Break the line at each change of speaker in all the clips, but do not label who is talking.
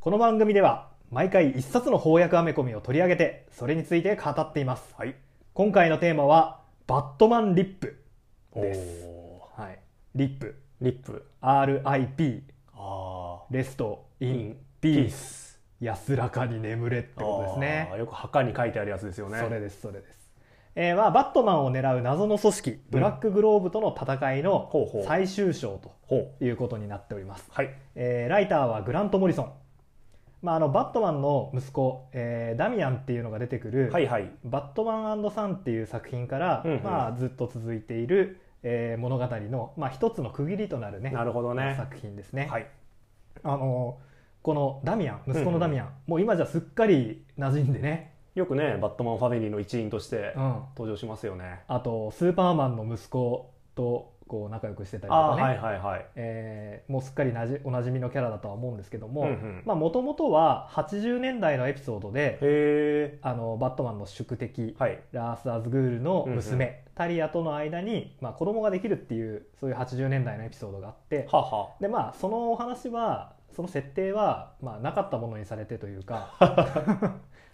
この番組では毎回一冊の翻訳アメコミを取り上げてそれについて語っています、
はい
今回のテーマは「バットマンリップ」です、
お
はい、リップ
ーリップ
RIP
あ
レストイ
ー
ン
ピ
ピー
ー
ス
ス
安らかに眠れってことですね
あーよく墓に書いてあるやつですよね
それですそれです、えーまあ、バットマンを狙う謎の組織ブラックグローブとの戦いの
ほうほう
最終章と
ほう
いうことになっております、
はい
えーライターはグラント・モリソン、まあ、あのバットマンの息子、えーダミアンっていうのが出てくる「
はいはい
バットマンサン」っていう作品から、
うんうん
まあ、ずっと続いている、えー物語の、まあ、一つの区切りとなるね
なるほどね
作品ですね、
はい
あのこのダミアン息子のダミアン、もう今じゃすっかり馴染んでね、
よくねバットマンファミリーの一員として
うん、
登場しますよね
あとスーパーマンの息子とこう仲良くしてたりとか
ああー
ね、
はいはいはい
えーもうすっかりなじおなじみのキャラだとは思うんですけど
うんう
も
ん
もともとは80年代のエピソードで
へえ
あのバットマンの宿敵、
はい
ラース・アズグールの娘、
う
タリアとの間に、まあ、子供ができるっていうそういう80年代のエピソードがあって
はは
で、まあ、そのお話はその設定は、まあ、なかったものにされてというか、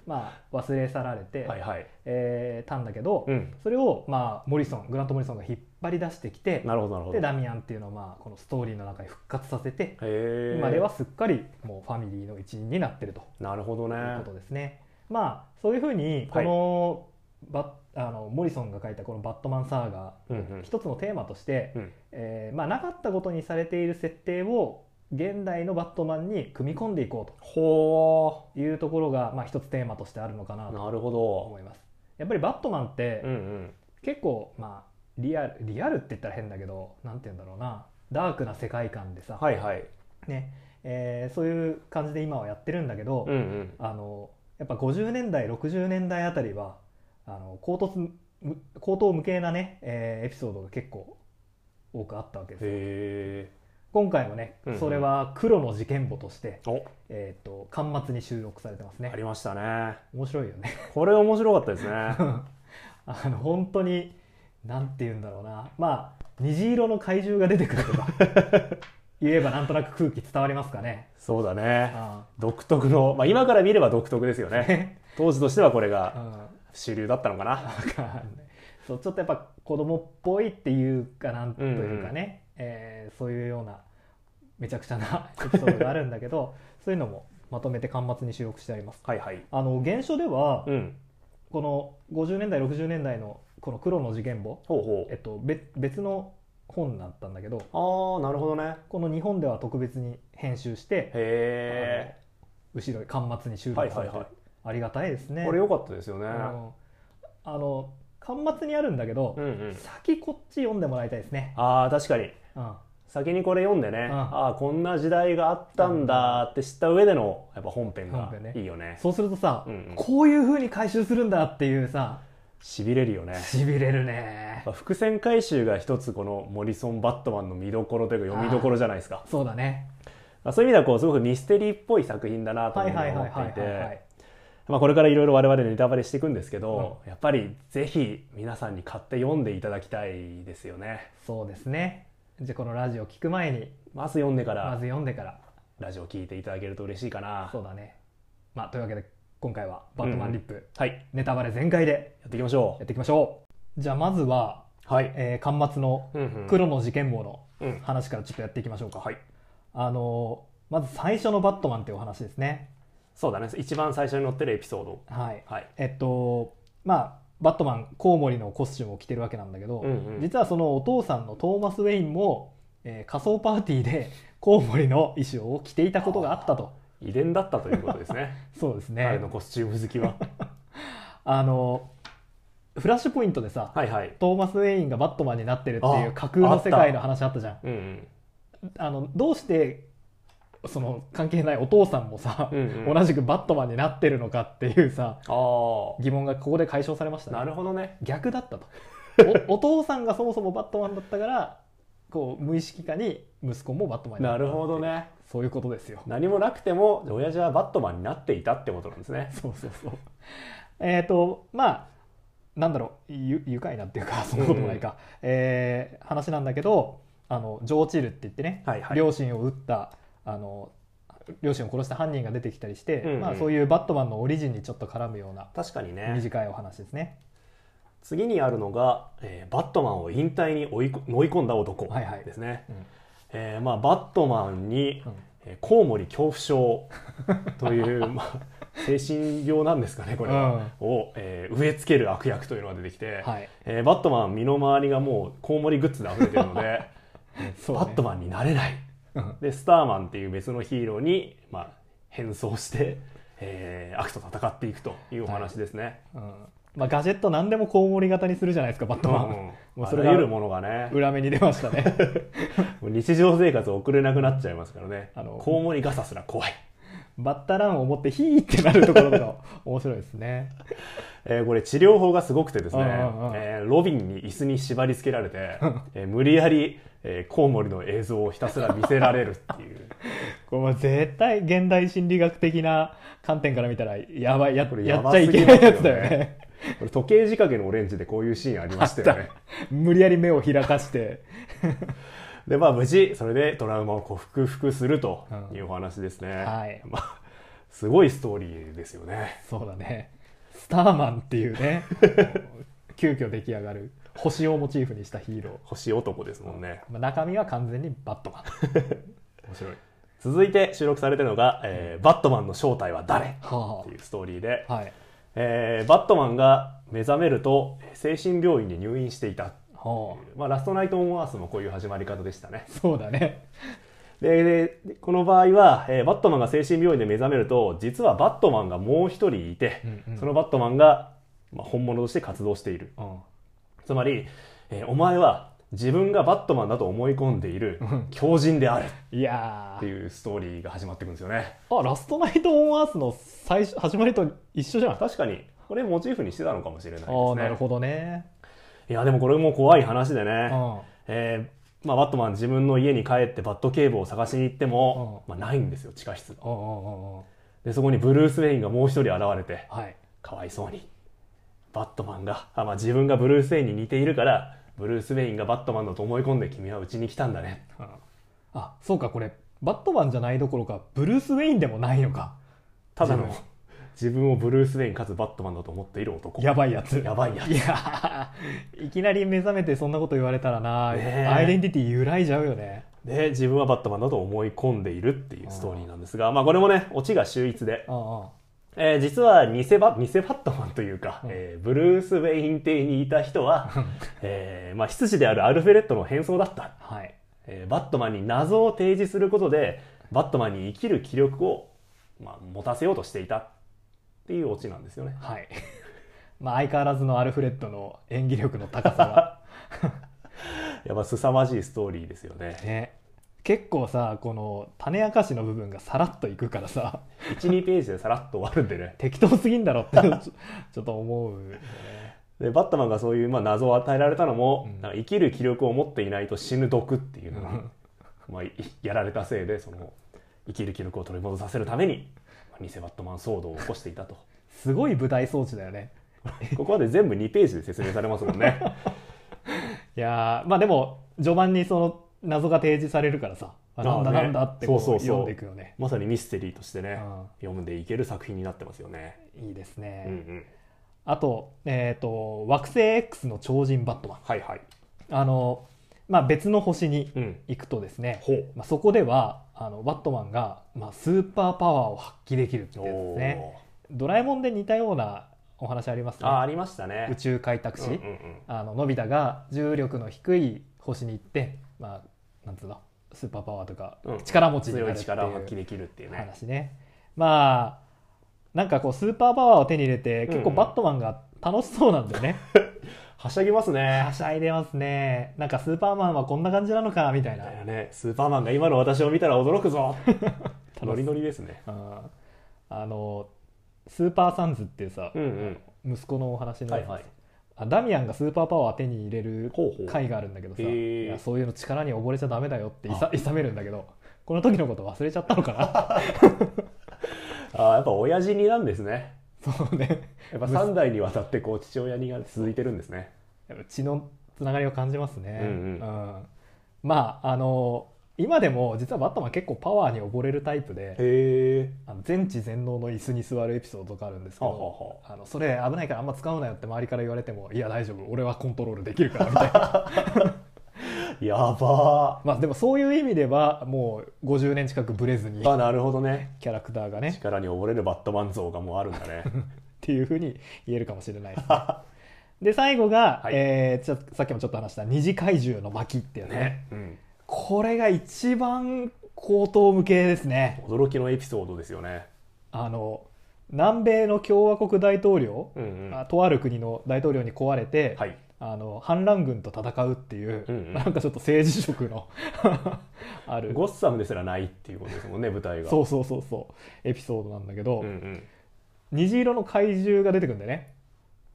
まあ、忘れ去られて、
はいはい
えーたんだけど、
うん
それを、まあ、モリソングラント・モリソンが引っ張り出してきて
なるほどなるほど
で
へ
ダミアンっていうのを、まあ、このストーリーの中に復活させて、
え
今ではすっかりもうファミリーの一員になってると
なるほどね
いうことですね。まあ、そういうふうにこの,、バッあのモリソンが書いたこの「バットマンサーガ
うんう
ー」
ん
一つのテーマとして、
うん
えーまあ、なかったことにされている設定を現代のバットマンに組み込んでいこ
ほ
うというところが、まあ、一つテーマとしてあるのかな
ー
と
なるほど
思います。やっぱりバットマンって、
うんうん
結構まあリアルリアルって言ったら変だけどなんて言うんだろうなダークな世界観でさ、
はいはい
ねえーそういう感じで今はやってるんだけど、
うんうん
あのやっぱ50年代60年代あたりはあの高突む高等無形なね、えーエピソードが結構多くあったわけですよ
へえ
今回もね、
うんうん
それは黒の事件簿として、
お
えー、と巻末に収録されてますね
ありましたね
面白いよね
これ面白かったですね
あの本当になんて言うんだろうなまあ虹色の怪獣が出てくると か言えばなんとなく空気伝わりますかね
そうだね
あ
独特のまあ今から見れば独特ですよ
あ
ね
ね
当時としてはこれ
う
が
ん
主流だったのかな
わかんないそうちょっとやっぱ子供っぽいっていうかなんというかね、えーそういうようなめちゃくちゃなエピソードがあるんだけど そういうのもまとめて巻末に収録してあります
はいはい
あの現象では、
うん
この50年代60年代のこの「黒の事件簿
ほうほ」
えっと、べ別の本だったんだけど
うああなるほどね
この日本では特別に編集して
へ
あの後ろに巻末に収録さ
はい
れ
はい
て
はい
ありがたいですね
えこれ良かったですよね
うんあの巻末にあるんだけど、
うんうん
先こっち読んでもらいたいですね。
ああ確かに
うん、
先にこれ読んでね、
うん
ああこんな時代があったんだって知った上でのやっぱ本編が
本編ね
いいよね
そうするとさ、
うんうん
こういう風に回収するんだっていうさ、
しびれるよね
しびれるね。
まあ伏線回収が一つこのモリソン・バットマンの見どころというか読みどころじゃないですか
そうだね。
まあそういう意味ではこうすごくミステリーっぽい作品だなと
は
思
いはいはい
っ
は
てい
いはい、は
て
い。
まあこれからいろいろ我々ネタバレしていくんですけど、やっぱりぜひ皆さんに買って読んでいただきたいですよね
そうですね。じゃあこのラジオ聞く前に
まず読んでか
まず
ら
読んでから、
ラジオ聞いていただけると嬉しいかな
そうだね。まあというわけで今回はバットマンリップ、
はい
ネタバレ全開で
やっていきましょ
やっていきましょう。じゃあまずは、
うはい、
えー、巻末の
うんうん
黒の事件簿の
うん
話からちょっとやっていきましょうか。
はい
あのーまず最初のバットマンっていうお話ですね。
そうだね一番最初に載ってるエピソード
はい。
はい
えっとまあバットマンコウモリのコスチュームを着てるわけなんだけど、
うんうん
実はそのお父さんのトーマス・ウェインも、えー仮装パーティーで コウモリの衣装を着ていたことがあったと
遺伝だったということです ね
そうですね
彼のコスチューム好きは
あのフラッシュポイントでさ、
はいはい
トーマス・ウェインがバットマンになってるっていう
あ
架空の世界の話あったじゃんあ
うんうん
のどうしてその関係ないお父さんもさ、
うんうん
同じくバットマンになってるのかっていうさ
あ
疑問がここで解消されました
あ
ね
なるほどね
逆だったとおお 父さんがそもそもバットマンだったからこう無意識化に息子もバットマンにな
な
った
るほどね
そういうことですよ
何もなくても親父はバットマンになっていたってことなんですね
そうそうそう えっとまあなんだろうゆ愉快なっていうかそんなこともないか、えー話なんだけどあのジョー・チルって言ってね、
はいはい
両親を撃ったあの両親を殺した犯人が出てきたりして、
うんうん
まあ、そういうバットマンのオリジンにちょっと絡むような
確かにね
短いお話ですね。
次にあるのが、えーバットマンを引退に追いこ追い込んだ男
はいはい
ですね、
うん
えーまあ、バットマンに、
うん
えーコウモリ恐怖症という、 まあ、精神病なんですかねこれは、を、えー植え付ける悪役というのが出てきて、
はい
えーバットマン身の回りがもうコウモリグッズで溢れてるので、
そうね
バットマンになれない
うん
でスターマンっていう別のヒーローに、まあ、変装して、えー悪と戦っていくというお話ですね。
うんまあ、ガジェット何でもコウモリ型にするじゃないですかバットマン、
うん、
もう
あ
それ
ら
が
ゆるものがね
裏目に出ましたね
もう日常生活を送れなくなっちゃいますからね
あの
コウモリ傘すら怖い、
バッタランを持ってヒーってなるところが面白いですね
えーこれ治療法がすごくてですね、
うんうんうん
えーロビンに椅子に縛り付けら れて、えー無理やり、えーコウモリの映像をひたすら見せられるっていう
これは絶対現代心理学的な観点から見たらやばいや
これ
や
や
っ
ば
ちゃ
す
い
ぎ
け
ま
な
す
い
よね
やつだよね
これ時計仕掛けのオレンジでこういうシーンありましたよね
無理やり目を開かして
でまあ無事それでトラウマを克服するというお話ですね、
はい
まあすごいストーリーですよね
そうだねスターマンっていう ね急遽出来上がる星をモチーフにしたヒーロ
星男ですもんね、
ー、まあ、中身は完全にバットマン面白い
続いて収録されてるのが、えーバットマンの正体は誰?」
は
っていうストーリーで、
あはい
えーバットマンが目覚めると精神病院に入院していた、
は
まあ、ラストナイト・オン・アースもこういう始まり方でしたね
あそうだね
ででこの場合は、えーバットマンが精神病院で目覚めると実はバットマンがもう一人いて、
うんうん
そのバットマンが、まあ、本物として活動している
うん
つまり、えーお前は自分がバットマンだと思い込んでいる
うん
狂人であるっ
いや
ていうストーリーが始まってくるんですよね
ーあラストナイト・オン・アースの最初始まりと一緒じゃん、
確かにこれモチーフにしてたのかもしれないですね
ああなるほどね、
いやでもこれも怖い話で
う
ね、
ん
えーまあ、バットマン自分の家に帰ってバット警部を探しに行っても、まあ、ないんですよ地下室
うんうんうんうん
でそこにブルース・ウェインがもう一人現れて
はい
かわいそうにバットマンがあ、まあ、自分がブルース・ウェインに似ているからブルース・ウェインがバットマンだと思い込んで君はうちに来たんだね
あそうかこれバットマンじゃないどころかブルース・ウェインでもないのか
ただの
自分
自分をブルース・ウェインかつバットマンだと思っている男
やばいやつ
やばいやつ
いやーいきなり目覚めてそんなこと言われたらな、
ねえ
アイデンティティ揺らいじゃうよね
で自分はバットマンだと思い込んでいるっていうストーリーなんですが、まあ、これもねオチが秀逸で
ああ
えー実は偽バ偽バットマンというか、えーブルース・ウェイン邸にいた人は、 えーまあ、執事であるアルフェレッドの変装だった、
はい
えーバットマンに謎を提示することでバットマンに生きる気力を、まあ、持たせようとしていたっていうオチなんですよね
はい まあ相変わらずのアルフレッドの演技力の高さ
やっぱ凄まじいストーリーですよ ね
がね結構さこの種明かしの部分がさらっといくからさ
12ページでさらっと終わるんでね
適当すぎんだろって ちょちょっと思うよね
でバットマンがそういう、まあ、謎を与えられたのも、
うん
なんか生きる気力を持っていないと死ぬ毒っていうのに、 まあ、いやられたせいでその生きる気力を取り戻させるために、まあ、偽バットマン騒動を起こしてい たと
すごい舞台装置だよね
ここまで全部2ページで説明されますもん ね
いやーまあでも序盤にその謎が提示されるからさあ
あー
なんだ
ね
なんだってこう
そうそうそう
読んでいくよね
まさにミステリーとしてね、
うん
読んでいける作品になってますよね、
いいですね、
うんうん
あと,、えー、と惑星 X の超人バットマン
はいはい、
あの、まあ、別の星に
うん、
行くとですね、
ほう
まあ、そこではあのバットマンが、まあ、スーパーパワーを発揮できるってやつですねドラえもんで似たようなお話あります
おーあーあ
ね
りましたね
宇宙開拓士、
うんうんうん
あののび太が重力の低い星に行って、まあ、なんつうのスーパーパワーとか
うん
力持ちにな
強
る
い
って
力を
い
発揮
う
できるっていうね
話ねまあなんかこうスーパーパワーを手に入れて結構
うんうん
バットマンが楽しそうなんだよね、
はしゃぎますね
はしゃいでますねなんかスーパーマンはこんな感じなのかみたいな
だよねスーパーマンが今の私を見たら驚く ぞ
そう
ノリノリですね
うんあのスーパーサンズっていうさ
う、んうん
息子のお話の
は
や
い
つ、
はい
あダミアンがスーパーパワー手に入れる
ほうほう
回があるんだけどさ
へー
いやそういうの力に溺れちゃダメだよっていさ
あ
いさめるんだけどこの時のこと忘れちゃったの か
ああやっぱ親父になんですね
なそうね
やっぱ3代にわたってこう父親にが続いてるんですね
やっぱ血のつながりを感じますね、
うんうん
うんまああの今でも実はバットマン結構パワーに溺れるタイプで
へえ
あの全知全能の椅子に座るエピソードとかあるんですけ
はあ
ど
は
あのそれ危ないからあんま使うなよって周りから言われてもいや大丈夫俺はコントロールできるからみたいな
あはあやば
まあでもそういう意味ではもう50年近くブレずに
ーあなるほどね
キャラクターがねっ
力に溺れるバットマン像がもうあるんだ ね
ていうふうに言えるかもしれない ですねで最後が、
はい
えーちょさっきもちょっと話した二次怪獣の巻っていうね
ね、うん、
これが一番高等無形ですね
驚きのエピソードですよね
あの南米の共和国大統領、
うんうん
あ
は
とある国の大統領に壊れて、
い
あの反乱軍と戦うっていう、
うんうん
なんかちょっと政治色の ある
ゴッサムですらないっていうことですもんね舞台が
そうそうそうそうエピソードなんだけど、
うんうん、
虹色の怪獣が出てくるんでね、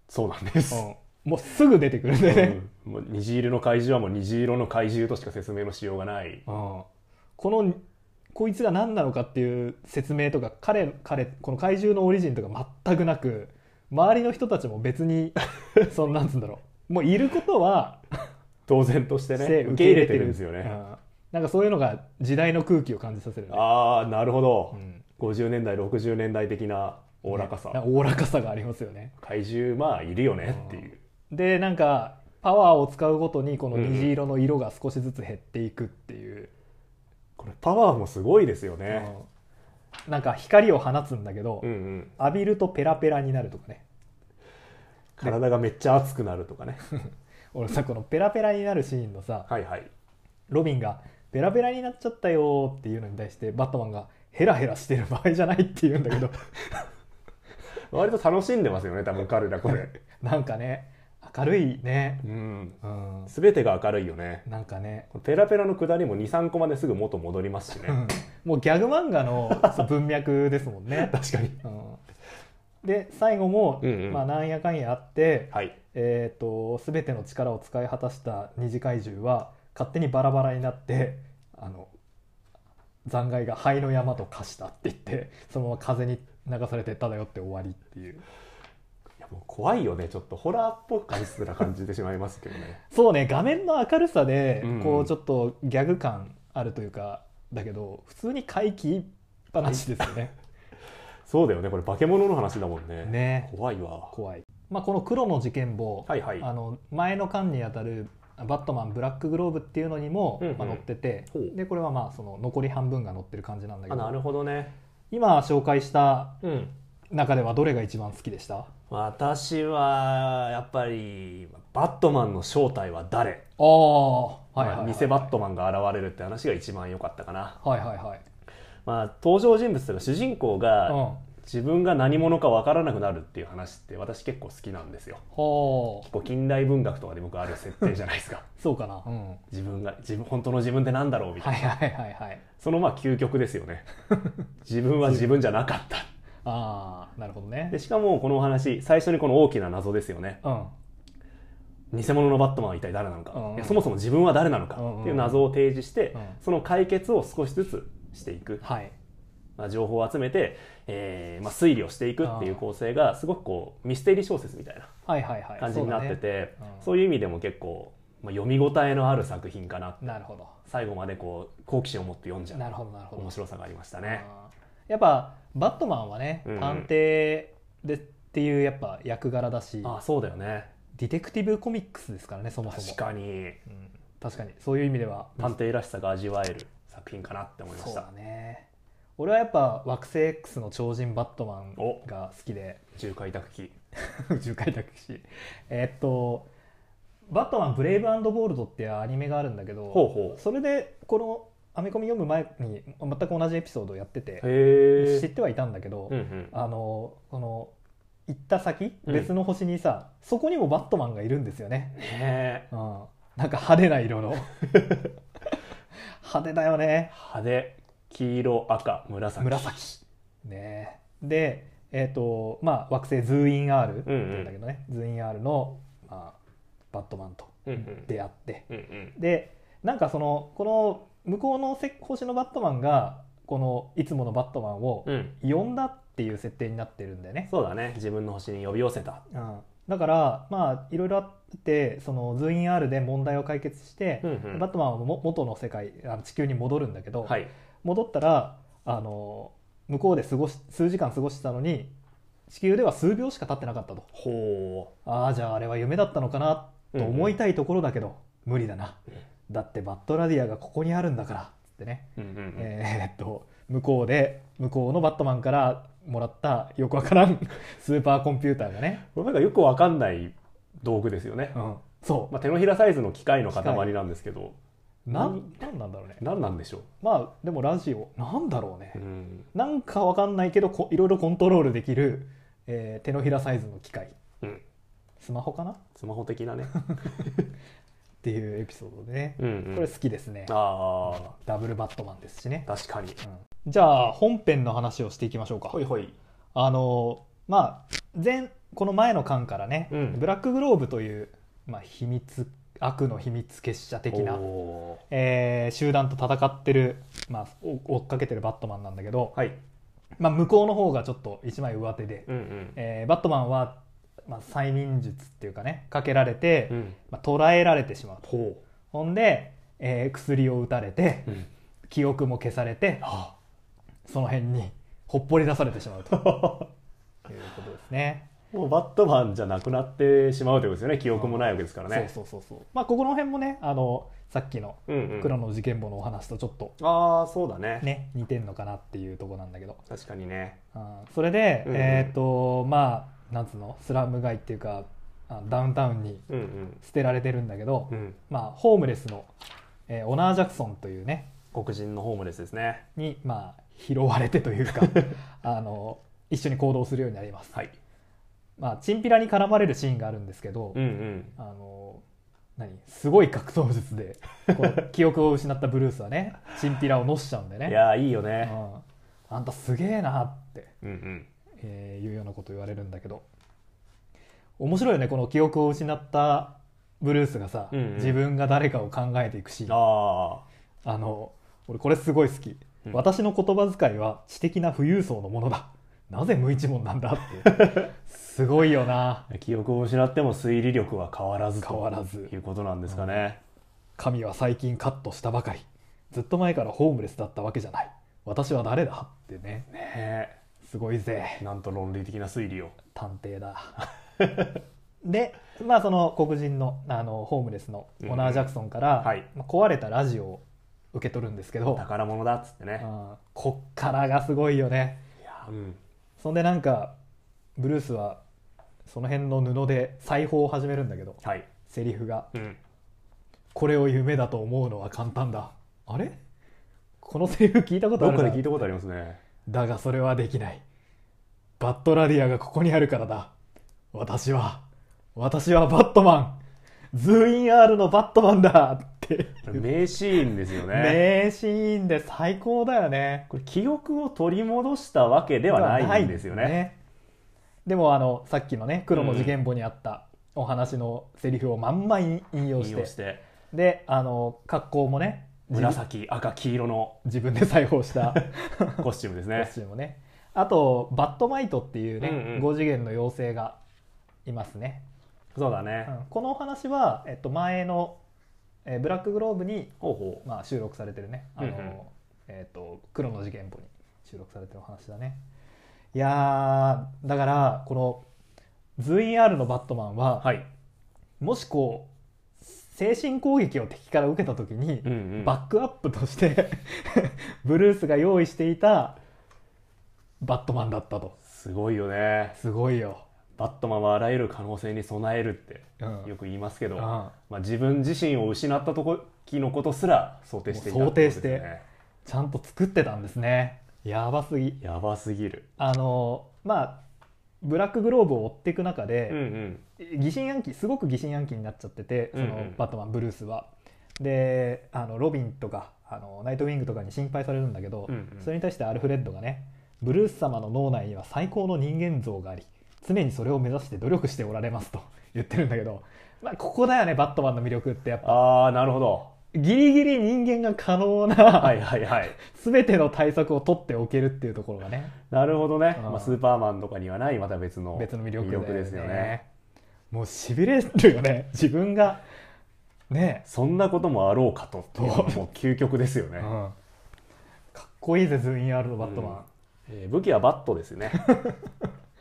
そうなんです、
うん、もうすぐ出てくるんでね、
うんもう虹色の怪獣はもう虹色の怪獣としか説明のしようがない
うんこのこいつが何なのかっていう説明とか彼彼この怪獣のオリジンとか全くなく周りの人たちも別に そんなんつうんだろうもういることは
当然としてね
せ
受け入れてるんですよね、
うんなんかそういうのが時代の空気を感じさせるね
ああなるほど
う、ん
50年代60年代的なおおらかさ、
なんおおらかさがありますよね
怪獣まあいるよねっていう、
でなんかパワーを使うごとにこの
うんうん
虹色の色が少しずつ減っていくっていう、
これパワーもすごいですよね、
うんなんか光を放つんだけど、
うんうん、
浴びるとペラペラになるとかね
体がめっちゃ熱くなるとか ね
俺さこのペラペラになるシーンのさ
はいはい
ロビンが「ペラペラになっちゃったよ」っていうのに対してバットマンが「ヘラヘラしてる場合じゃない」って言うんだ けど
割と楽しんでますよね多分彼らこれ、
なんかね明るいね
うん、
うん
全てが明るいよね
なんかね
このペラペラの下りも23個まですぐ元戻りますしね、
もうギャグ漫画のそう文脈ですもんね、
確かに
うんで最後も、
うんうん
まあ、なんやかんやあって、
はい
えー、と全ての力を使い果たした二次怪獣は勝手にバラバラになってあの残骸が灰の山と化したって言ってそのまま風に流されて漂って終わりっていう
いやもう怖いよねちょっとホラーっぽく感じすら感じてしまいますけどね
そうね画面の明るさで、
うん
こうちょっとギャグ感あるというかだけど普通に怪奇っぱなしですよね
そうだよねこれ化け物の話だもん ね
ね
怖いわ
怖い、まあ、この黒の事件簿、
はいはい
あの前の巻にあたる「バットマンブラックグローブ」っていうのにも、
うんうん
まあ、載ってて
ほう
でこれはまあその残り半分が載ってる感じなんだけ
あな
ど
るほどね
今紹介した
うん
中ではどれが一番好きでした
私はやっぱりバットマンの正体は誰、
ああはいはい、はい、
まあ偽バットマンが現れるって話が一番良かったかな、
はいはいはい、
まあ、登場人物というか主人公
うん
が
は
自分が何者か分からなくなるっていう話って私結構好きなんですよ
あ
結構近代文学とかで僕ある設定じゃない ですか
そうかな、うん、はい
自分が自分本当の自分ってなんだろうみたいな、
はいはいはい
そのまあ究極です よね自分は自分じゃなかった
ああなるほどね
でしかもこのお話最初にこの大きな謎ですよね
うん
偽物のバットマンは一体誰なのか、
うんうん
いやそもそも自分は誰なのか
うんうん
っていう謎を提示して、
うん
その解決を少しずつしていく、
はい
まあ、情報を集めて、えーまあ、推理をしていくっていう構成がすごくこうミステリー小説みたいな
はいはいはい
感じになって
そう
て、
だねうん
そういう意味でも結構、まあ、読み応えのある作品かな
だねなるほど
最後までこう好奇心を持って読んじゃ
な
う
るほどなるほど
面白さがありましたね。
あーやっぱバットマンはね、
うんうん
探偵でっていうやっぱ役柄だし
あそうだよね
ディテクティブコミックスですからねそもそも
確かに
うん確かにそういう意味では
探偵らしさが味わえる作品かなって思いま
そ
し
うだ
た
ね俺はやっぱ惑星 X の超人バットマンが好き で
重開拓機
宇宙開拓しえっと「バットマンブレイブボールド」っていうアニメがあるんだけど
ほうほう
それでこのアメコミ読む前に全く同じエピソードをやってて
へ
知っ
え、
てはいたんだけど、
うんうん、
あのこの行った先
うん
別の星にさ、そこにもバットマンがいるんですよね、
ねえ
うん、なんか派手な色の 派手だよね
派手黄色赤紫
紫ねえでえっ、とまあ惑星ズーイン R って
うんうん
言うんだけどね、ズーイン R の、まあ、バットマンと
うんうん
出会って、
うんうん
でなんかそのこの向こうのせ星のバットマンがこのいつものバットマンを
うん
呼んだっていう設定になってるんだよね、
そうだね自分の星に呼び寄せた
うん、だからまあいろいろあってそのズイン R で問題を解決して、
うんうん
バットマンはも元の世界あの地球に戻るんだけど、
はい
戻ったらあの向こうで過ごし数時間過ごしてたのに地球では数秒しか経ってなかったと
ほ
ああじゃああれは夢だったのかなと思いたいところだけど、無理だな
うん
だってバットラディアがここにあるんだからつってね、
う、うんうんうん
えーっと向こうで向こうのバットマンからもらったよくわからんスーパーコンピューターがね、
これなんかよくわかんない道具ですよね、
うん、そ
まあ、手のひらサイズの機械の塊なんですけど
うなんなんなんだろうね
何なんでしょ
まあでもラジオなんだろうね
う、う、ん
なんかわかんないけどこいろいろコントロールできる、えー手のひらサイズの機械
うん、
スマホかなっ
スマホ的なね、
ていうエピソードでね、
うんうん
これ好きですね
あ
ダブルバットマンですしね
あ、確かに
うんじゃあ本編の話をしていきましょうか、
ほいほい
あのまあ前この前の巻からね、
うん
ブラックグローブという、まあ、秘密悪の秘密結社的な、
お
えー集団と戦ってる、まあ、お追っかけてるバットマンなんだけど
ー、はい
まあ、向こうの方がちょっと一枚上手で、
うんうん
えーバットマンは、まあ、催眠術っていうかねかけられて、
うん
まあ、捕らえられてしまうと
ほ
ほんで、えー薬を打たれて
う、うん、
記憶も消されて
あ
その辺にほっぽり出されてしまう ということですね。
もうバットマンじゃなくなってしまうということですよね記憶もないわけですからね
そうそうそうそうまあここの辺もねあのさっきの
うんうん
黒の事件簿のお話とちょっと
ああそうだね
ね似てんのかなっていうところなんだけど
確かにね
あーそれで、
うんうん
えっ、とまあなんつうのスラム街っていうかあダウンタウンに
うん
捨てられてるんだけど、
うんうん
まあホームレスの、えーオナー・ジャクソンというね
黒人のホームレスですね
にまあ拾われてと いうかあの一緒に行動するようになります、
はい
まあチンピラに絡まれるシーンがあるんですけど、
うんうん
あの何すごい格闘術でこ う記憶を失ったブルースはねチンピラをのしちゃうんでね
いやーいいよ
う
ね
ん、あんたすげえなって、
うんうん
えーいうようなこと言われるんだけど面白いよねこの記憶を失ったブルースがさ、
うんうん
自分が誰かを考えていくし
あ
あの俺これすごい好き、
うん
私の言葉遣いは知的な富裕層のものだなぜ無一文なんだって すごいよな
あ記憶を失っても推理力は変わらずと
変わらず
いうことなんですかね、
神は最近カットしたばかりずっと前からホームレスだったわけじゃない私は誰だってね
ね
すごいぜ
えなんと論理的な推理を
探偵だ でまあその黒人のあのホームレスのオナー・ジャクソンから、
うんはい
まあ壊れたラジオを受け取るんですけど、
宝物だっつって
う
ね
んこっからがすごいよね
いやーうん
そんでなんかブルースはその辺の布で裁縫を始めるんだけど
はい
セリフが
うん
「これを夢だと思うのは簡単だ」あれこのセリフ聞いたこと
ど
あ
っ
る
か
な
で聞いたことありますね
だがそれはできないバットラディアがここにあるからだ私は私はバットマンズーイン R のバットマンだって
これ名シーンですよね
名シーンで最高だよね
これ記憶を取り戻したわけではないんですよね
でもあのさっきのね黒の事件簿にあったお話のセリフをまんま引用
引
して
用して
であの格好もね自分
紫赤黄色の
自分で裁縫した
コスチュームです
コ
ね
スチュームをねあとバットマイトっていうね、
うんうん
5次元の妖精がいますね、
そうだ
う
ね、
んこのお話は、えっと、前の、えーブラックグローブに、
ほうほう
まあ、収録されてるねあの、
うんうん
えっと、黒の事件簿に収録されてるお話だねいやーだからこの「ズイン R のバットマンは」
はい、
もしこう精神攻撃を敵から受けた時に、
うんうん、
バックアップとして ブルースが用意していたバットマンだったと
すごいよね
すごいよ、
バットマンはあらゆる可能性に備えるって
うん
よく言いますけど、
うん
まあ、自分自身を失った時のことすら想定していた
もう想定して
ってことですよね
ちゃんと作ってたんですねやばすぎ
やばすぎる
あのまあブラックグローブを追っていく中で、
うんうん
疑心暗鬼すごく疑心暗鬼になっちゃっててその、
うんうん
バットマンブルースは。であのロビンとかあのナイトウィングとかに心配されるんだけど、
うんうん
それに対してアルフレッドがねブルース様の脳内には最高の人間像があり常にそれを目指して努力しておられますと 言ってるんだけど、まあ、ここだよねバットマンの魅力ってやっぱ
ああなるほど
ギリギリ人間が可能な、
はいはいはい
全ての対策を取っておけるっていうところがね
なるほどね、
うん
まあ、スーパーマンとかにはないまた別の
別の魅力だ
ですよね
もうしびれるよね自分がね
そんなこともあろうかとっていうのはもう究極ですよ
え、
ね
う、ん、かっこいいぜ全員あるのバットマン、
えー武器はバットです ね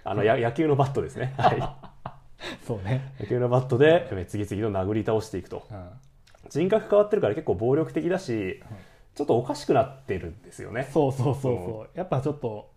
あのや野球のバットですね、は
そうね、
い、野球のバットでえー次々と殴り倒していくと
うん、
人格変わってるから結構暴力的だしちょっとおかしくなってるんですよね
そうそうそうそうやっぱちょっと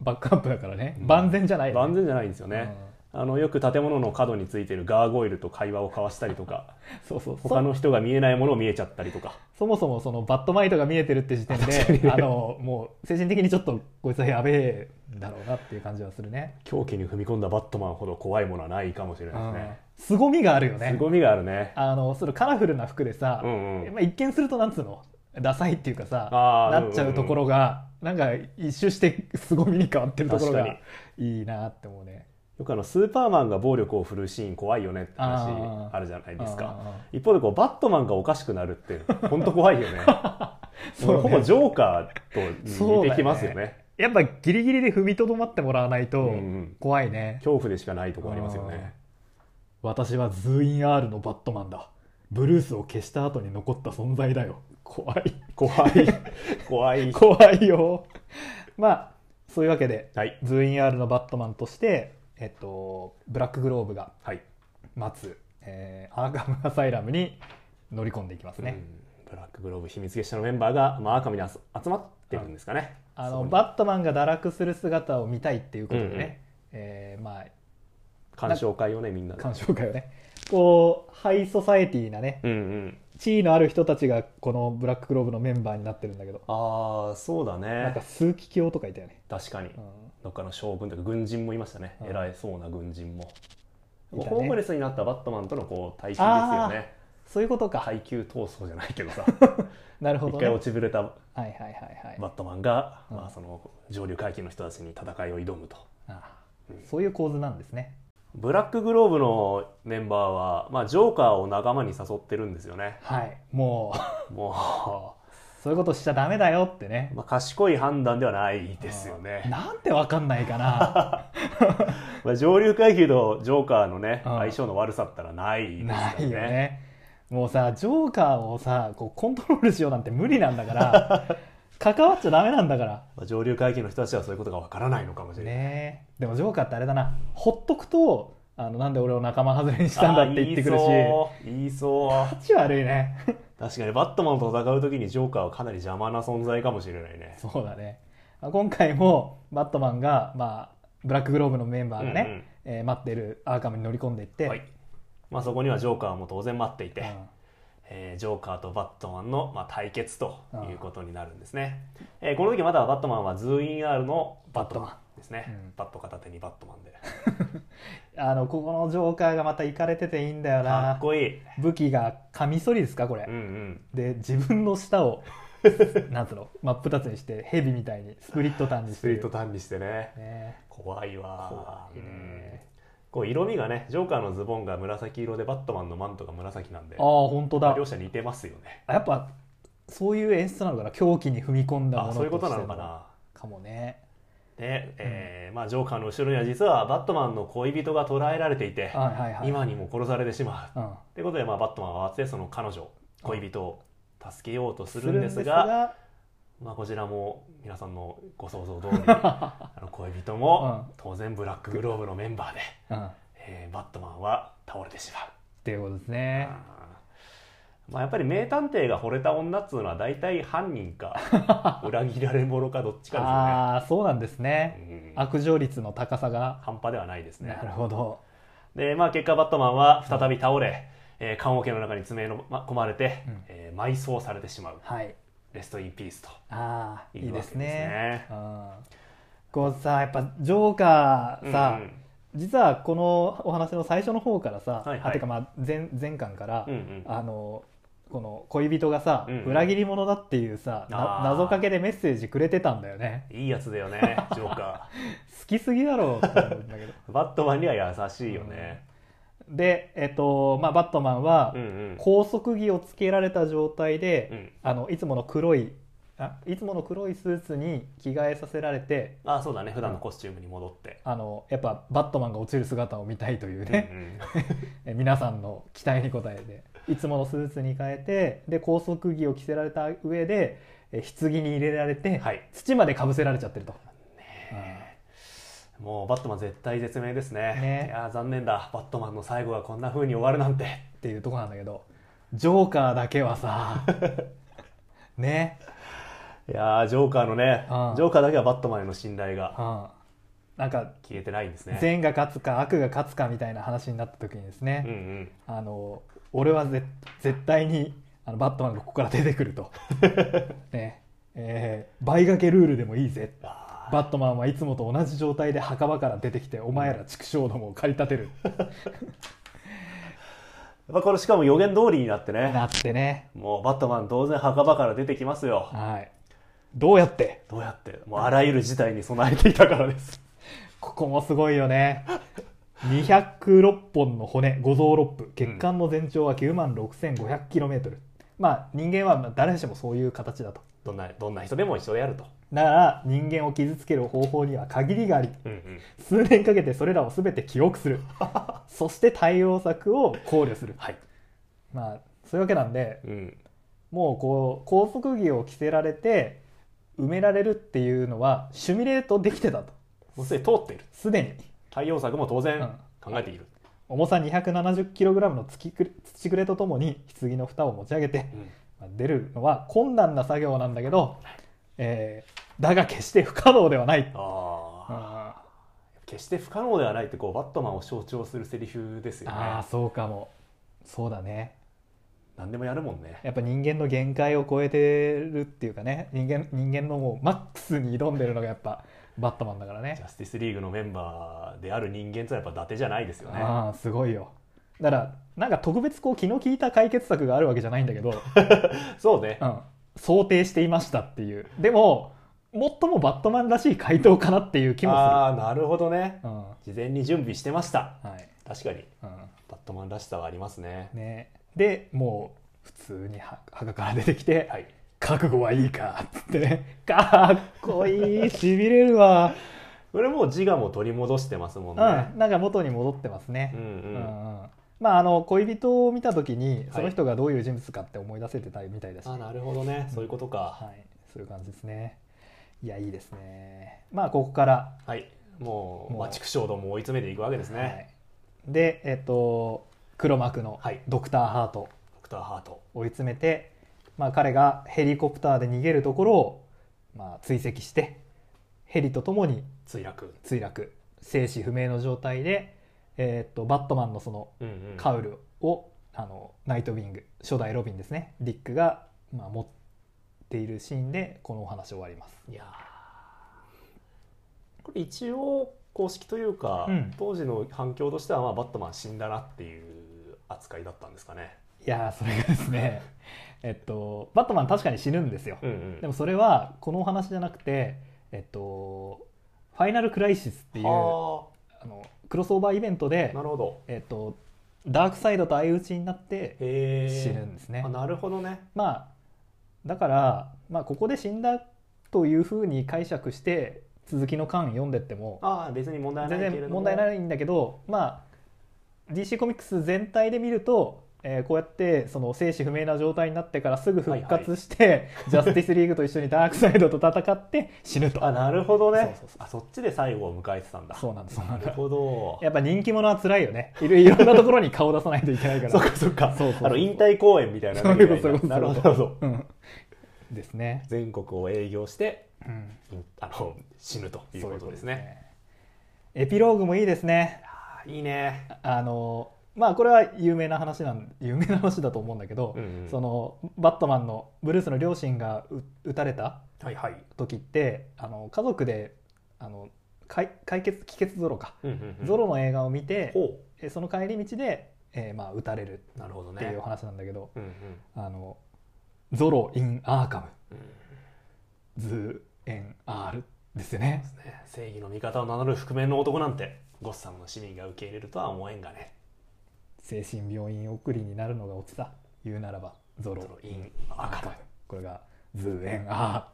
バックアップだからね、
うん
万全じゃないよね
万全じゃないんですよね、あのよく建物の角についてるガーゴイルと会話を交わしたりとか
うんそうそうそ
他の人が見えないものを見えちゃったりとか
そもそもそのバットマイトが見えてるって時点
確かに
で
ね
あのもう精神的にちょっとこいつはやべえんだろうなっていう感じはするね
狂気に踏み込んだバットマンほど怖いものはないかもしれないですね、
うん凄みがあるよね
凄みがあるね
あのそれカラフルな服でさ、
うんうん
まあ、一見するとなんつうのダサいっていうかさ
あー
なっちゃうところが、なんか一周して凄みに変わってるところが
確
いいなって思うね
よくあのスーパーマンが暴力を振るうシーン怖いよねって話
あー
あるじゃないですか
あ
一方でこうバットマンがおかしくなるって本当怖いよね
そうね
ほぼジョーカーと似てきますよ
そうだ
ね
ーやっぱギリギリで踏みとどまってもらわないと
うんうん
怖いね、
恐怖でしかないとこありますよね
私はズーイン R のバットマンだブルースを消した後に残った存在だよ怖 い
怖い怖い
怖いよまあそういうわけで
はい
ズーイン R のバットマンとして、えっと、ブラックグローブが
はい、
待つ、えーアーカムアサイラムに乗り込んでいきますね、
うんブラックグローブ秘密結社のメンバーが、まあ、アーカムに集まってるんですかね
あ
そこ
の
に
バットマンが堕落する姿を見たいっていうことでね、
うんうん
えーまあ
鑑賞会をねみんなで
鑑賞会をねこうハイソサエティなね
うんうん
地位のある人たちがこのブラックグローブのメンバーになってるんだけど
ああそうだ
なんか
ね
枢機卿とかいたよね、
確か
う
に
ん
どっかの将軍とか軍人もいましたね
うん
偉いそうな軍人も
いたね
ホームレスになったバットマンとのこう対比ですよね
そういうことか、
階級闘争じゃないけどさ
なるほ
一
ど、ね、
回
はい
落ちぶれた
はいはいはい、
バットマンが、
うん
まあ、その上流階級の人たちに戦いを挑むと
あーそういう構図なんですね
ブラックグローブのメンバーは、まあ、ジョーカーを仲間に誘ってるんですよね
はいもう
も
そういうことしちゃダメだよってね
う、まあ、賢い判断ではないですよ
うん
ね、
なんてわかんないかな
まあ、上流階級とジョーカーのね
うん
相性の悪さったらないですから
ないよ
ね
ねもうさジョーカーをさこうコントロールしようなんて無理なんだから関わっちゃダメなんだから
まあ、上流階級の人たちはそういうことがわからないのかもしれない、
ねえでもジョーカーってあれだなほっとくとあのなんで俺を仲間外れにしたんだって言ってくるし
あー言いそう言いそ
立ち悪いね
う確かにバットマンと戦う時にジョーカーはかなり邪魔な存在かもしれないね
そうだねまあ今回もバットマンが、まあ、ブラックグローブのメンバーがね、えー待ってるアーカムに乗り込んでいって、
はいまあ、そこにはジョーカーも当然待っていて、
うん
えージョーカーとバットマンの、まあ、対決ということになるんですね、えーこの時まだバットマンはズーイン R のバットマンですね
バッ
バ
ト
ッ
マンうん
ト片手にバットマンで
あのここのジョーカーがまたイかれてていいんだよ
かっ
な
こいい、
武器がカミソリですかこれ、
うんうん、
で自分の舌をなんつうの真っ二つにして蛇みたいにスプリットターンにして
スプリッ
る
ト単にしてね
ね
怖いわ
怖いね
うんこう色味がねジョーカーのズボンが紫色でバットマンのマントが紫なんで
ああ本当だ
両者似てますよね
やっぱそういう演出なのかな狂気に踏み込んだも
あ
の
そういうこと
し
な
て
のかな
かもね
で、えーまあ、ジョーカーの後ろには実はバットマンの恋人が捕らえられていて
はいはいはい
今にも殺されてしまう
うん
ということで、まあ、バットマンは慌ててその彼女恋人を助けようとす
す
る
る
ん
ん
で
ですす
が
が
まあ、こちらも皆さんのご想 像通りあの恋人も当然ブラックグローブのメンバーで、
うんっ
えーバットマンは倒れてしまう。
ていうことですね
あーまあ、やっぱり名探偵が惚れた女っつうのは大体犯人 か裏切られ者かどっちか
ああそうなんです
です
ね
よね。うん
悪情率の高さが
半端ではないですね
な。るほど
で、まあ、結果バットマンは再び倒れ、えー、棺桶の中に詰め込まれて、
うん
えー埋葬されてしまう
はい
レストインピースと
ああい
い
いうで
わけですすね
ね。うんこうさやっぱジョーカーさ
うん
実はこのお話の最初の方からさ、
はいはい
あてかまあ前前巻から、
うんうん
あのこの恋人がさ、
うんうん
裏切り者だっていうさな
あー
謎かけでメッセージくれてたんだよね
いいやつだよね、ジョーカ
好きすぎだろうって思うんだけど
ー。バットマンには優しいよね。
でえっとまあバットマンは
うんうん。
拘束着をつけられた状態で、
うん
あのいつもの黒いあいつもの黒いスーツに着替えさせられて
あそうだね普段のコスチュームに戻って、
あのやっぱバットマンが落ちる姿を見たいという
うんう
ね、
ん、
え皆さんの期待に応えていつものスーツに変えてで高速着を着せられた上でえ棺に入れられて、
はい
土までかぶせられちゃってると。
もうバットマン絶対絶命ですね
ね
いやー残念だバットマンの最後がこんな風に終わるなんて
うんっていうとこなんだけどジョーカーだけは さね、
いやージョーカーのね
うん
ジョーカーだけはバットマンへの信頼が
うん、なんか
消えてないんですね
善が勝つか悪が勝つかみたいな話になった時にですね、
うんうん
あの俺はぜ絶対にあのバットマンがここから出てく ると、ねえー倍掛けルールでもいいぜ
あ
バットマンはいつもと同じ状態で墓場から出てきてお前ら畜生どもを駆り立てる
ーまあこれしかも予言通りになってね
なってね、
もうバットマン当然墓場から出てきますよ
はい、どうやって
どうやってもうあらゆる事態に備えていたからです
ここもすごいよね。206本の骨、五臓六腑、血管の全長は9万 6500km。まあ人間はまあ誰しもそういう形だと。
どんなどんな人でも一緒でやると、
だから人間を傷つける方法には限りがあり、
うんうん、
数年かけてそれらを全て記憶 する。そして対応策を考慮する。
はい、
まあそういうわけなんで、
うん、
もうこう、高速着を着せられて埋められるっていうのはシミュレートできてたと。
もうすでに通っている
すでに。
対応策も当
う
然
ん
考えている、
重さ 270kg の土くれ土くれとともに棺の蓋を持ち上げて、
うん
まあ出るのは困難な作業なんだけど、えーだが決して不可能ではない、
ああ
あ
決して不可能ではないってこうバットマンを象徴するセリフですよ
あー
ね
そうかもそうだね
何でもやるもんね
やっぱ人間の限界を超えてるっていうかね人間人間のもうマックスに挑んでるのがやっぱバットマンだからね
ジャスティスリーグのメンバーである人間ってのはやっぱ伊達じゃないですよね
ああすごいよだからなんか特別こう気の利いた解決策があるわけじゃないん だけど
そうね
うん、想定していましたっていうでも最もバットマンらしい回答かなっていう気も
ああなるほどね
する、うんは
事前に準備してました
い
確かに
う
バットマンらしさはありますね
ん、ねでもう普通には墓から出てきて
はい
「覚悟はいいか」っつってねかっこいいしびれるわ、
これもう自我も取り戻してますも
うんん、
ね、
なんか元に戻ってます
う
ね、
ん
う
うんん
うんまああの恋人を見た時に
い
その人がどういう人物かって思い出せてたみたいだし、
あなるほどねそういうことか、
はい、そういう感じですねいやいいですねまあここから
はいもう
もう
まあ畜生どもを追い詰めていくわけですね、
はい、で、えっと黒幕の
はい
ドクター・ハート
ドクターハート
追い詰めて、まあ、彼がヘリコプターで逃げるところを、まあ、追跡してヘリとともに
墜落
墜落生死不明の状態で、えっとバットマンのその
うんうん
カウルを、あのナイトウィング初代ロビンですねディックが、まあ、持っているシーンでこのお話終わります。
いやーこれ一応公式というか、
うん
当時の反響としては、まあ、バットマン死んだなっていう扱いだったんですかね。
いやーそれがですねえっとバットマン確かに死ぬんですよ。
うんうん
でもそれはこのお話じゃなくて、えっと、ファイナルクライシスっていうあ
は
のクロスオーバーイベント
あ
で
な、るほど。
えっと、ダークサイドと相打ちになって
へえ。
死ぬんですね
あ。なるほどね。
まあ、だから、まあ、ここで死んだというふうに解釈して続きの巻読んでっても
ああ別に問題はな
全
いけれど
然
も。
問題ないんだけど、まあ、DC コミックス全体で見ると、えーこうやってその生死不明な状態になってからすぐ復活して、 ジャスティスリーグと一緒にダークサイドと戦って死ぬと。
あなるほどね
そうそうそう
あそっちで最後を迎えてたんだ。
そうなんですそうな
なんる
だ
ほど。
やっぱ人気者は辛いよねいろいろんなところに顔出さないといけないから
そっかそっ
そ
か。
うそうそう
あの引退公演みたいなのが
そういうことそういうこと
なるほどなるほど。
うんですね、
全国を営業して
うん、
うんあの死ぬということですね。
エピローグもいいですね
ああいいね。
あのまあこれは有名な話なん有名な話だと思うんだけど、
うんうん
そのバットマンのブルースの両親がう撃たれた
はいはい。
時ってあの家族であの解解決帰結ゾロか、
うんうんうん
ゾロの映画を見て
ほ
えその帰り道で、えーまあ、撃たれる
うなるほど
っていう
ね
お。話なんだけど、
うんうん
あのゾロ・イン・アーカム
うん
ズー・エン・アールですよね
ね正義の味方を名乗る覆面の男なんてゴッサムの市民が受け入れるとは思えんがね。
精神病院送りになるのがオチさ言うならばゾ
ゾ
ロ
ロインアーカム
これが図縁あ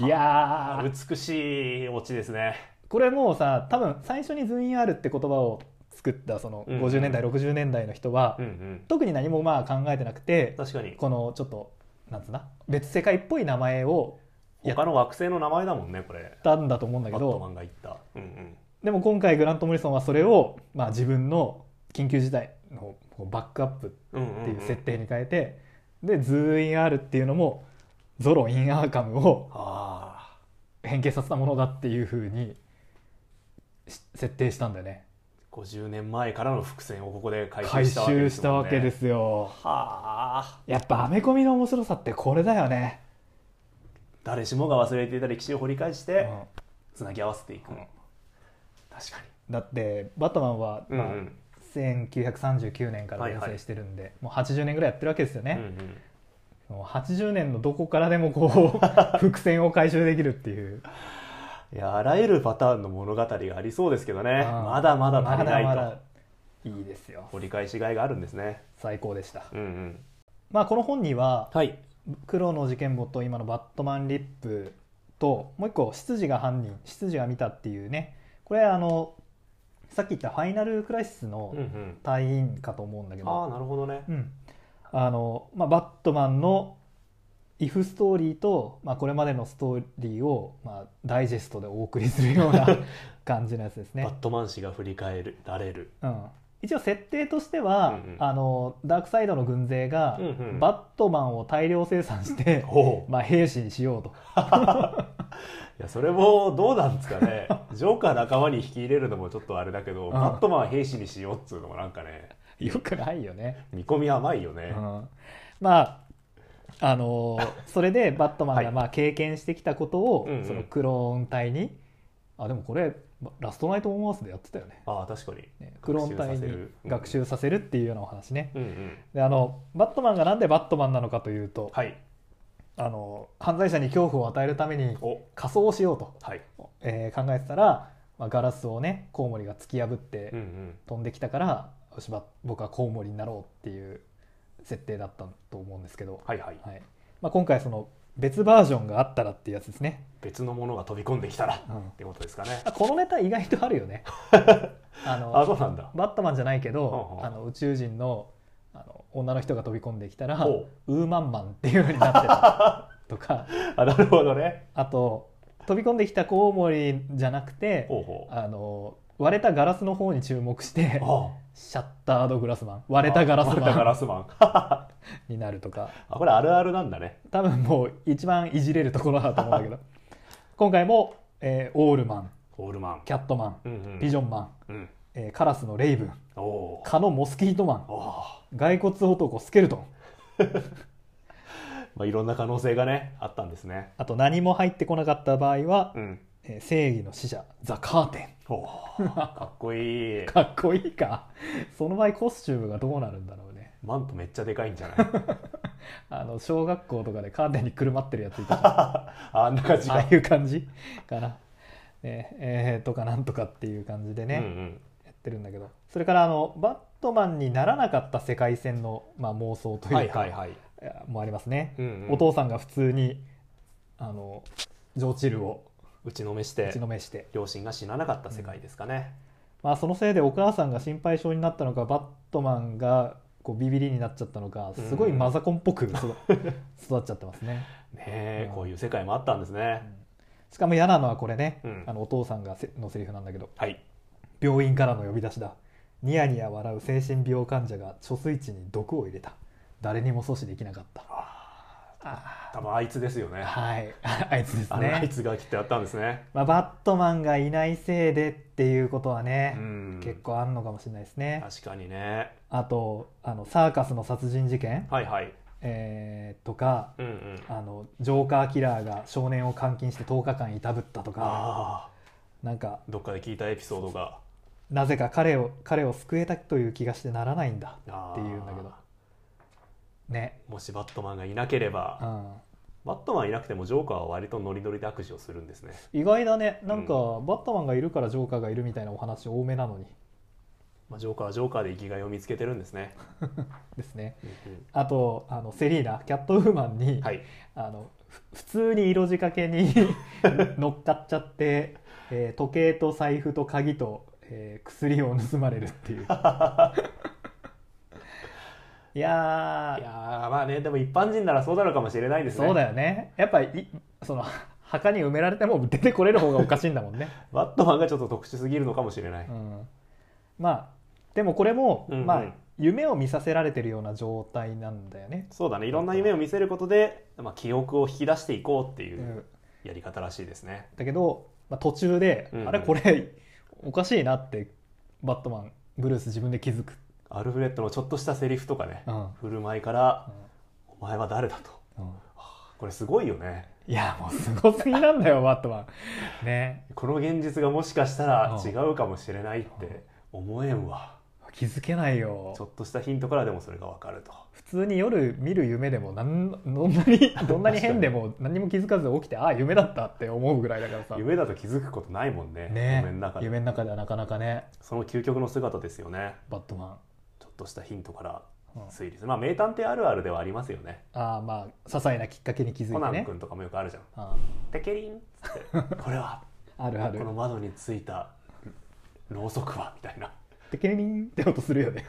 ーいやー
美しいオチですね
これもうさ多分最初に図印あるって言葉を作ったその
うん
50年代、60年代の人は、
うんうん
特に何もまあ考えてなくて
確かに
このちょっとなんつうな別世界っぽい名前をやっ
他の惑星の名前だもんねこれ
たんだと思うんだ
バ
け
ットマ
ど
ンが言った、うんうん、
でも今回グラント・モリソンはそれを、まあ、自分の緊急事態のこうバックアップっていう設定に変えて、で「ズー・イン・アール」っていうのも「ゾロ・イン・アーカム」を
ああ
変形させたものだっていうふうにし設定したんだよね
50年前からの伏線をここで回
回
収したわけ
収
で
し
す
た
もん
わ
ね
けですよ
はあ
やっぱアメコミの面白さってこれだよね、
誰しもが忘れていた歴史を掘り返し
う
て
ん
つなぎ合わせていく、
うん
確か
だって「バットマンは」
に、
まあ1939年から連載してるんで、もう80年ぐらいやってるわけですよ
うん
ね、
うん
もう80年のどこからでもこう 伏線を回収できるっていう
いやあらゆるパターンの物語がありそうですけどね、
うん
まだまだ足りないと、
まだまだいいですよ
掘り返しがいがあるんですね
最高でした、
うんうん
まあこの本には
はい
黒の事件簿と今のバットマンリップともう一個執事が犯人執事が見たっていうねこれあのさっき言ったファイナルクライシス
うん
の
うん
隊員かと思うんだけ
ああ
ど、
なるほどね
うんあのまあ、バットマンのイフストーリーと、まあ、これまでのストーリーを、まあ、ダイジェストでお送りするよう な感じのやつですね
バッ。トマン氏が振り返られる
うん、一応設定としては、
うんうん
あのダークサイドの軍勢が、
うんうん
バットマンを大量生産 して、
おう
まあ、兵士にしようと
いやそれもどうなんですかね ジョーカー仲間に引き入れるのもちょっとあれだけど、
ん
バットマンは兵士にしようっつうのもなんかね
よくないよね。
見込み甘いよ
う
ね、
ん、まああのーそれでバットマン
は
が
い
まあ経験してきたことを、
うんうん
そのクローン隊にあでもこれまラストナイト・オン・アースでやってたよね
ああ確かに
ねクローン隊
学習させ
に
る
学習させるっていうようなお話ね。
うんうん
であのバットマンがなんでバットマンなのかというと、
はい
あの犯罪者に恐怖を与えるために
お
仮装をしようと、
はい
えー考えてたら、まあ、ガラスをねコウモリが突き破って
うんうん
飛んできたからよしば僕はコウモリになろうっていう設定だったと思うんですけど、
はいはい
はいまあ、今回その別バージョンがあったらっていうやつですね、
別のものが飛び込んできたら
うん
ってことですかね
あこのネタ意外とあるよね あの
あそうなんだ
バットマンじゃないけど
ほうほう
あの宇宙人のあの女の人が飛び込んできたら
ほ
ウーマンマンっていうふうになってたとか
あなるほどね
あと飛び込んできたコウモリじゃなくて
ほうほう
あの割れたガラスの方に注目して
あ
シャッタードグラスマン割れたガラス
割れたガ
マン
ラスマン
になるとか
あこれあるあるなんだね
多分もう一番いじれるところだと思うんだけ ど今回も、えーオールマン
ホールマン
キャットマン
うんうん
ビジョンマン、
うん
えーカラスのレイブン
おお
蚊のモスキートマン
おお
骸骨男スケルトン
まあいろんな可能性がねあったんですね
あと何も入ってこなかった場合は、
うん
えー正義の使者ザ・カーテ
おおかっこいい
ンかっこいいかその場合コスチュームがどうなるんだろうね
マントめっちゃでかいんじゃない
あの小学校とかでカーテンにくるまってるやついたじゃんあ
あんな感じが
あいう感じかな、ねえーとかなんとかっていう感じでね、
うんうん
やってるんだけどそれからあのバットマンにならなかった世界線の、まあ、妄想と
は
いう
い
か、
はいはい、
えーもありますね、
うんうん
お父さんが普通にあの上チルを
打ちのめして
打ちのめして、
両親が死ななかった世界ですかね、
まあ、そのせいでお母さんが心配性になったのかバットマンがこうビビりになっちゃったのかすごいマザコンっぽ く育育っちゃってますね
ねえ、
うん
こういう世界もあったんですね、
しかも嫌なのはこれね、
うん
あのお父さんがせのセリフなんだけど
はい
病院からの呼び出しだニヤニヤ笑う精神病患者が貯水池に毒を入れた誰にも阻止できなかったあ
多分あいつですよね
ーはい ああいつです
あのあい
ね、
つがきっとやったんですね、
まあ、バットマンがいないせいでっていうことは
う
ね、
ん、
結構あんのかもしれないですね
確かにね
あとあのサーカスの殺人事件、
はいはい
えーとか
うんうん
あのジョーカーキラーが少年を監禁して10日間いたぶったとか
ああ
なんか
どっかで聞いたエピソードが
なぜか彼を彼を救えたという気がしてならないんだ
あー
っていうんだけどね
もしバットマンがいなければ、
うん
バットマンいなくてもジョーカーは割とノリノリで握手をするんですね
意外だねなんか、バットマンがいるからジョーカーがいるみたいなお話多めなのに
まあ、ジョーカーはジョーカーで生きがいを見つけてるんですね。
ですね
うんうん
あとあのセリーナキャットウーマンに、
はい。
あの普通に色仕掛け に乗っかっちゃって、えー時計と財布と鍵と、えー薬を盗まれる っていういやー
いやーまあねでも一般人ならそうなのかもしれないですね
そうだ
よ
よねやっぱりいその墓に埋められても出てこれる方がおかしいんだもんね、
バットマンがちょっと特殊すぎるのかもしれない、
うん、まあでもこれも、
うんうん
まあ、夢を見させられてるような状態なんだよね、
そうだねいろんな夢を見せることで、まあ、記憶を引き出していこうっていううんやり方らしいですね、
だけど、まあ、途中で、
うんうん
あれこれおかしいなってバットマンブルース自分で気づく、
アルフレッドのちょっとしたセリフとかね、
うん
振る舞いから
う
「お前は誰だ?」と
んうん
これすごいよね
いやもうすごすぎなん だよバットマンね
この現実がもしかしたら
うん
違うかもしれないって思えんわ
気づけないよ
ちょっとしたヒントからでもそれがわかると
普通に夜見る夢でもなんどんなにどんなに変でも何にも気づかず起きてああ夢だったって思うぐらいだからさ
夢だと気づくことないもんね
ね
夢の中で
夢の中ではなかなかね
その究極の姿ですよね
バットマ
ちょっとしたヒントから
ン、うん
推理するまあ名探偵あるあるではありますよね
ああまあ些細なきっかけに気づ
コナ
いて
ン
ね
君とかもよくあるじゃん
あ
「テケリン」っつ って「これは
ああるあ
こ
る
の窓についたろうそくは」みたいな
テケリンって音するよね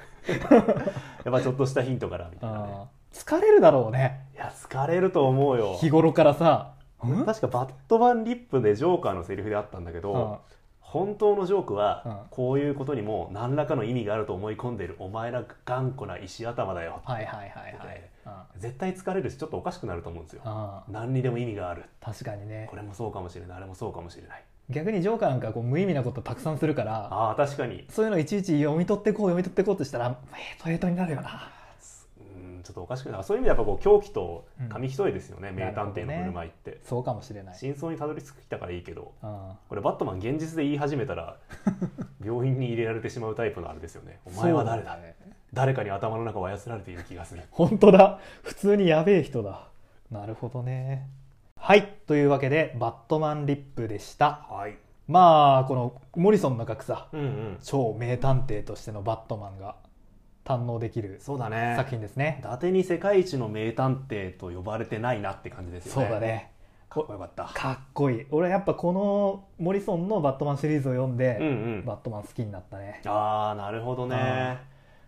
やっぱちょっとしたヒントからみたいなね
あー疲れるだろうね
いや疲れると思うよ
日頃からさん
確かバットマンリップでジョーカーのセリフであったんだけ
うん
ど本当のジョーク
うん
はこういうことにも何らかの意味があると思い込んでいるお前ら頑固な石頭だよ
はいはいはいはいあ
絶対疲れるしちょっとおかしくなると思うんですよ
あ
何にでも意味がある
確かにね
これもそうかもしれないあれもそうかもしれない
逆にジョーカーなんかこう無意味なことたくさんするから
ああ確かに
そういうのいちいち読み取ってこう読み取ってこうとしたらヘトヘトになるよな
うんちょっとおかしくなるそういう意味ではやっぱこう狂気と紙一重ですよね、
ん
名探偵
なるほど
の
ね
振る舞いって、
そうかもしれない
真相にたどり着きたからいいけど
あ
これバットマン現実で言い始めた ら病院に入れられてしまうタイプのあれですよねお前は誰だ
ね
誰かに頭の中を操られている気がする
本当だ普通にやべえ人だなるほどねはいというわけで「バットマンリップ」でした
はい
まあこのモリソンの格差
うんうん
超名探偵としてのバットマンが堪能できる
そうだね
作品ですね
伊達に世界一の名探偵と呼ばれてないなって感じですよ
そう
ね
だね
かっこよかった
かっこいい俺はやっぱこのモリソンの「バットマン」シリーズを読ん
うんう
で、
ん
バットマン好きになったね
ああなるほどね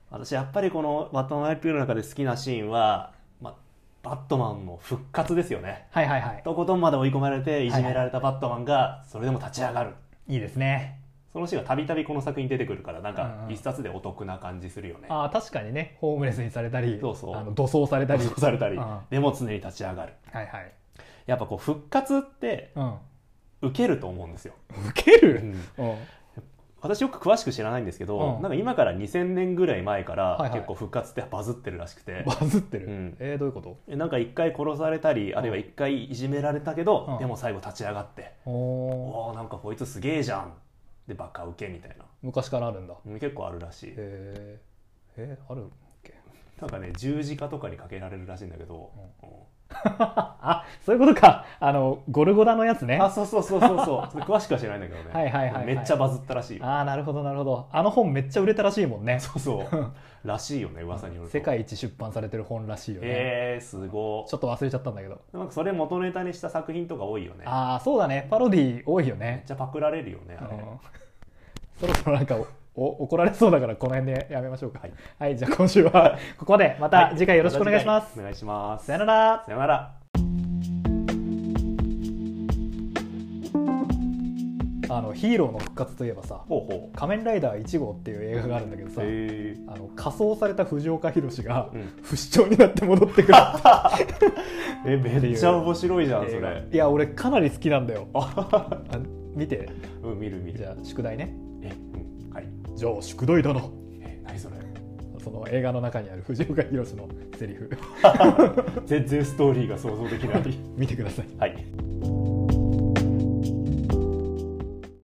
私やっぱりこの「バットマン・ライプ」の中で好きなシーンは、ま、バットマンの復活ですよね
はいはいはい
とことんまで追い込まれて
い
いじめられたバットマンがそれでも立ち上がる
いいですね
そのシーンがたびたびこの作品出てくるからなん
うん
か
うん
一冊でお得な感じするよね。
ああ確かにねホームレスにされたり
そうそう
あの土葬されたり
そうされたり
うん
でも常に立ち上がる
はいはい
やっぱこう復活って
う
受けると思うんですよ、
ん受ける、うん
私よく詳しく知らないんですけど、
うん
なんか今から2000年ぐらい前から
はいはい
結構復活ってバズってるらしくて、
バズってる、
うん
えーどういうこと
えなんか一回殺されたりあるいは一回いじめられたけど、
うん
でも最後立ち上がって、
おー
おーなんかこいつすげえじゃんでバカ受けみたいな
昔からあるんだ
うん結構あるらしい
えー、えーあるっけ
なんかね十字架とかにかけられるらしいんだけど、うん
あそういうことかあのゴルゴダのやつね
あそうそうそうそうそうそれ詳しくは知らないんだけどね
はいはいはいはい
めっちゃバズったらしいよ
あーなるほどなるほどあの本めっちゃ売れたらしいもんね
そうそうらしいよね噂によると
世界一出版されてる本らしいよね、
えー、すご
ちょっと忘れちゃったんだけど
いなんかそれ元ネタにした作品とか多いよね
ああそうだねパロディ多いよ
めっ
ね
ちゃパクられるよね
あ
あれ
のそろそろなんかおお怒られそうだからこの辺でやめましょうか
はい、
はい、じゃあ今週は ここでまた
はい
次回よろしくお願いします、
お願いします
さよなら
さよなら
あのヒーローの復活といえばさ
ほうほ
「仮面ライダー1号」っていう映画があるんだけど
う
さ、
へ
あの仮装された藤岡弘が
うん
不死鳥になって戻ってくる
えめっちゃ面白いじゃんそ
映画
れ
いや俺かなり好きなんだよあ見て
うん見る見る
じゃあ宿題ね
え、うん、はい
じゃあ宿題だな
え何それ
その映画の中にある藤岡弘のセリフ
全然ストーリーが想像できない
見てください
はい